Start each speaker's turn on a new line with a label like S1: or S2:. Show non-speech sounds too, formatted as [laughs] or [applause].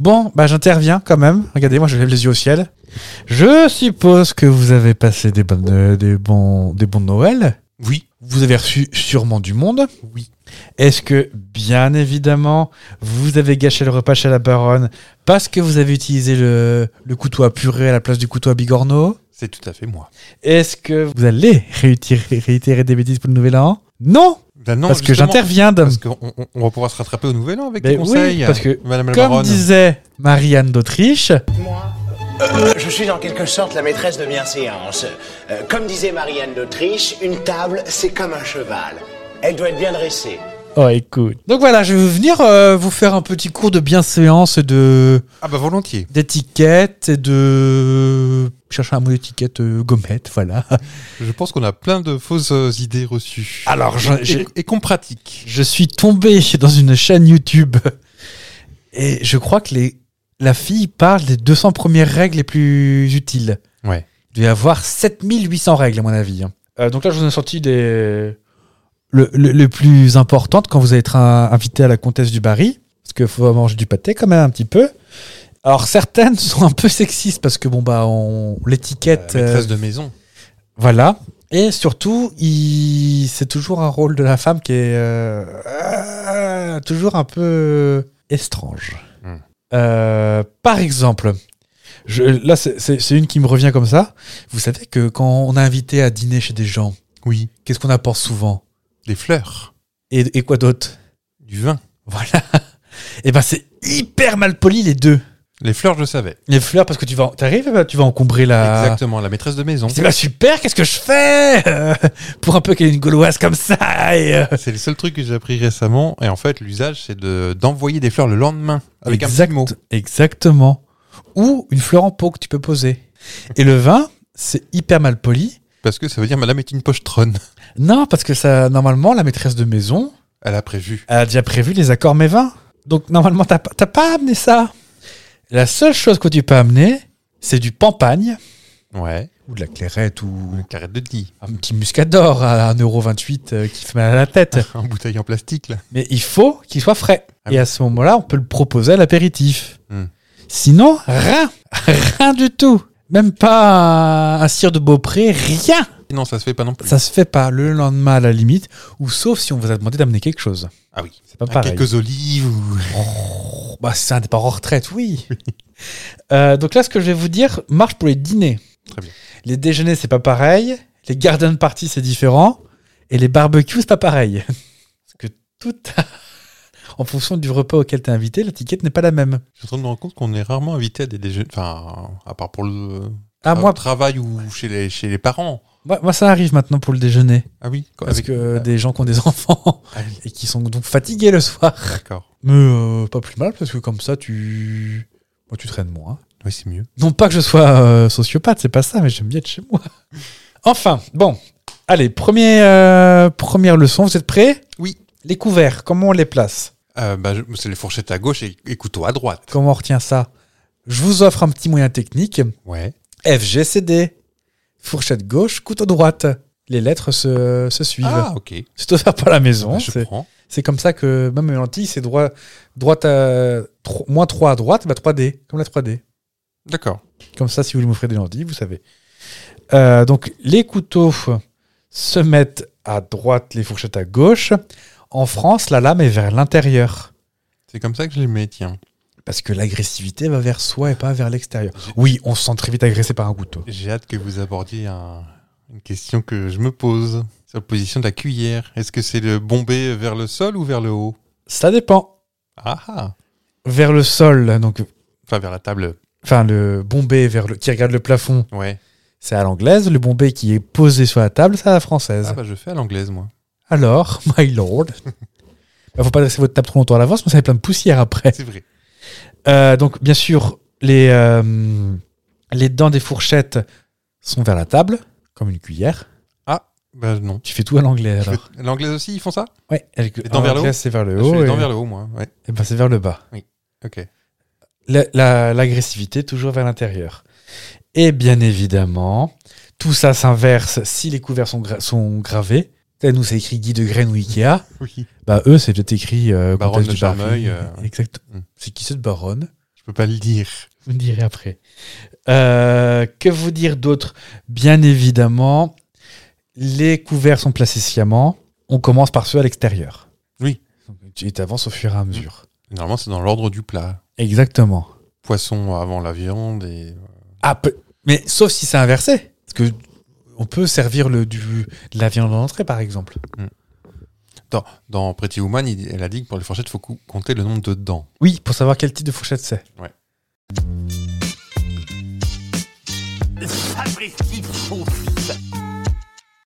S1: Bon, bah j'interviens quand même. Regardez, moi je lève les yeux au ciel. Je suppose que vous avez passé des bonnes, euh, des bons, des bons Noël.
S2: Oui.
S1: Vous avez reçu sûrement du monde.
S2: Oui.
S1: Est-ce que, bien évidemment, vous avez gâché le repas chez la baronne parce que vous avez utilisé le, le couteau à purée à la place du couteau à bigorneau
S2: C'est tout à fait moi.
S1: Est-ce que vous allez réitérer, réitérer des bêtises pour le nouvel an Non
S2: Bah non,
S1: Parce que
S2: justement,
S1: j'interviens, Dom.
S2: Parce qu'on on- on va pouvoir se rattraper au nouvel an avec
S1: Mais
S2: des
S1: oui,
S2: conseils. euh,
S1: parce que
S2: Madame la
S1: Comme
S2: baronne.
S1: disait Marianne d'Autriche,
S3: Moi Je suis en quelque sorte la maîtresse de bienséance. Euh, comme disait Marianne d'Autriche, une table, c'est comme un cheval. Elle doit être bien dressée.
S1: Oh, écoute. Donc voilà, je vais venir euh, vous faire un petit cours de bienséance et de
S2: Ah bah volontiers.
S1: d'étiquette et de chercher un mot d'étiquette euh, gommette, voilà.
S2: Je pense qu'on a plein de fausses euh, idées reçues. Euh,
S1: Alors, je-
S2: Et-
S1: j'ai-
S2: et qu'on pratique.
S1: Je suis tombé dans une chaîne YouTube et je crois que les la fille parle des 200 premières règles les plus utiles.
S2: Ouais.
S1: Il devait y avoir 7800 règles à mon avis. hein. Euh, donc là, je vous ai sorti des le, le- les plus importantes quand vous allez être un- invité à la comtesse du Barry, parce qu'il faut manger du pâté quand même un petit peu. Alors certaines [laughs] sont un peu sexistes parce que bon bah on l'étiquette
S2: La
S1: euh,
S2: maîtresse de maison.
S1: voilà. Et surtout, il... c'est toujours un rôle de la femme qui est euh, euh, toujours un peu étrange.
S2: Mm.
S1: Euh, par exemple, je... là, c'est- c'est c'est une qui me revient comme ça. Vous savez que quand on est invité à dîner chez des gens,
S2: Oui.
S1: qu'est-ce qu'on apporte souvent
S2: Des fleurs.
S1: et, et quoi d'autre
S2: Du vin.
S1: Voilà. Et ben, c'est hyper mal poli les deux.
S2: Les fleurs, je savais.
S1: Les fleurs, parce que tu vas, en- t'arrives, eh ben, tu vas encombrer la.
S2: Exactement, la maîtresse de maison.
S1: C'est pas super, qu'est-ce que je fais [laughs] euh, pour un peu qu'elle est une gauloise comme ça et, euh,
S2: C'est le seul truc que j'ai appris récemment. Et en fait, l'usage, c'est de- d'envoyer des fleurs le lendemain. Avec un
S1: Exact-
S2: petit mot.
S1: Exactement. Ou une fleur en pot que tu peux poser. Et le vin, c'est hyper mal poli.
S2: Parce que ça veut dire madame est une pochetronne.
S1: Non, parce que ça, normalement, la maîtresse de maison,
S2: [laughs] Elle a prévu.
S1: elle a déjà prévu les accords mes vins. Donc, normalement, t'as pas- t'as pas amené ça. La seule chose que tu peux amener, c'est du pampagne,
S2: Ouais.
S1: ou de la clairette, ou
S2: Une carrette de lit. [laughs]
S1: un petit muscador à 1,28€ euh, qui fait mal à la tête.
S2: En bouteille en plastique, là.
S1: Mais il faut qu'il soit frais.
S2: Ah
S1: Et à ce moment-là, on peut le proposer à l'apéritif.
S2: Hmm.
S1: Sinon, rien. [laughs] rien du tout. Même pas un- un cire de Beaupré, rien.
S2: Non, ça se fait pas non plus.
S1: Ça se fait pas le lendemain à la limite, ou sauf si on vous a demandé d'amener quelque chose.
S2: Ah oui.
S1: C'est pas
S2: Ah,
S1: pareil.
S2: quelques olives ou.
S1: Oh,
S2: [laughs]
S1: bah, c'est un départ en retraite, oui. Euh, donc là, ce que je vais vous dire marche pour les dîners.
S2: Très bien.
S1: Les déjeuners, c'est pas pareil. Les garden parties, c'est différent. Et les barbecues, c'est pas pareil. [laughs] Parce que tout a- [laughs] En fonction du repas auquel tu es invité, l'étiquette n'est pas la même.
S2: Je suis en train de me rendre compte qu'on est rarement invité à des déjeuners. Enfin, à part pour le
S1: Ah,
S2: tra-
S1: moi,
S2: travail ou chez les, chez les parents.
S1: moi, moi, ça arrive maintenant pour le déjeuner.
S2: Ah oui.
S1: Parce
S2: avec-
S1: que euh, des gens qui ont des [laughs] enfants
S2: Ah oui,
S1: et qui sont donc fatigués le soir.
S2: d'accord.
S1: Mais euh, pas plus mal, parce que comme ça, tu. Moi, tu traînes moins.
S2: Oui, c'est mieux.
S1: Non pas que je sois euh, sociopathe, c'est pas ça, mais j'aime bien être chez moi. Enfin, bon, allez, premier, euh, première leçon, vous êtes prêts
S2: Oui.
S1: Les couverts, comment on les place
S2: Euh, bah, je- c'est les fourchettes à gauche et, et couteau à droite.
S1: Comment on retient ça Je vous offre un petit moyen technique.
S2: Ouais.
S1: FGCD. Fourchette gauche, couteau droite. Les lettres se, se suivent.
S2: Ah, ok.
S1: C'est offert par la maison.
S2: Bah, je
S1: c'est-
S2: prends.
S1: C'est comme ça que même les lentilles, c'est droit, droite à, tro- moins 3 à droite, bah 3D, comme la 3D.
S2: D'accord.
S1: Comme ça, si vous voulez m'offrir des lentilles, vous savez. Euh, donc, les couteaux se mettent à droite, les fourchettes à gauche. En France, la lame est vers l'intérieur.
S2: C'est comme ça que je les mets, tiens.
S1: Parce que l'agressivité va vers soi et pas vers l'extérieur. Oui, on se sent très vite agressé par un couteau.
S2: J'ai hâte que vous abordiez un- une question que je me pose sur la position de la cuillère. Est-ce que c'est le bombé vers le sol ou vers le haut
S1: Ça dépend.
S2: Ah ah
S1: Vers le sol, donc,
S2: Enfin, vers la table.
S1: enfin, le bombé vers le, qui regarde le plafond,
S2: Ouais. Ah,
S1: c'est à l'anglaise. Le bombé qui est posé sur la table, c'est à la française.
S2: Ah bah, je fais à l'anglaise, moi.
S1: Alors, [laughs] my lord. Il faut pas dresser votre table trop longtemps à l'avance, mais ça fait plein de poussière après.
S2: C'est vrai.
S1: Euh, donc, bien sûr, les, euh, les dents des fourchettes sont vers la table, comme une cuillère.
S2: Bah, non.
S1: Tu fais tout à l'anglais
S2: Je
S1: alors.
S2: fais- L'anglaise aussi, ils font ça
S1: Ouais, avec-
S2: dents
S1: en
S2: vers le
S1: anglais,
S2: haut
S1: c'est vers le
S2: Je fais
S1: haut.
S2: les dents
S1: et-
S2: vers le haut, moi. Ouais.
S1: et ben, c'est vers le bas.
S2: Ok.
S1: La- la- L'agressivité, toujours vers l'intérieur. Et bien évidemment, tout ça s'inverse si les couverts sont, gra- sont gravés. Là, nous, c'est écrit Guy de Graine ou Ikea.
S2: Oui.
S1: Bah, eux, c'est peut-être écrit euh,
S2: Baronne
S1: Comtesse
S2: de
S1: du Barry.
S2: Charmeuil, euh.
S1: Exact.
S2: Mm.
S1: C'est qui cette baronne
S2: Je peux pas le dire.
S1: Vous me direz après. Euh, que vous dire d'autre Bien évidemment, les couverts sont placés sciemment. On commence par ceux à l'extérieur.
S2: Oui.
S1: Tu avances au fur et à mesure.
S2: Normalement, c'est dans l'ordre du plat.
S1: Exactement.
S2: Poisson avant la viande et.
S1: Ah, peu- mais sauf si c'est inversé. Parce que on peut servir le, du, de la viande en entrée, par exemple.
S2: Dans, dans Pretty Woman, il- elle a dit que pour les fourchettes, il faut cou- compter le nombre de dents.
S1: Oui, pour savoir quel type de fourchette c'est.
S4: Sapristi, faux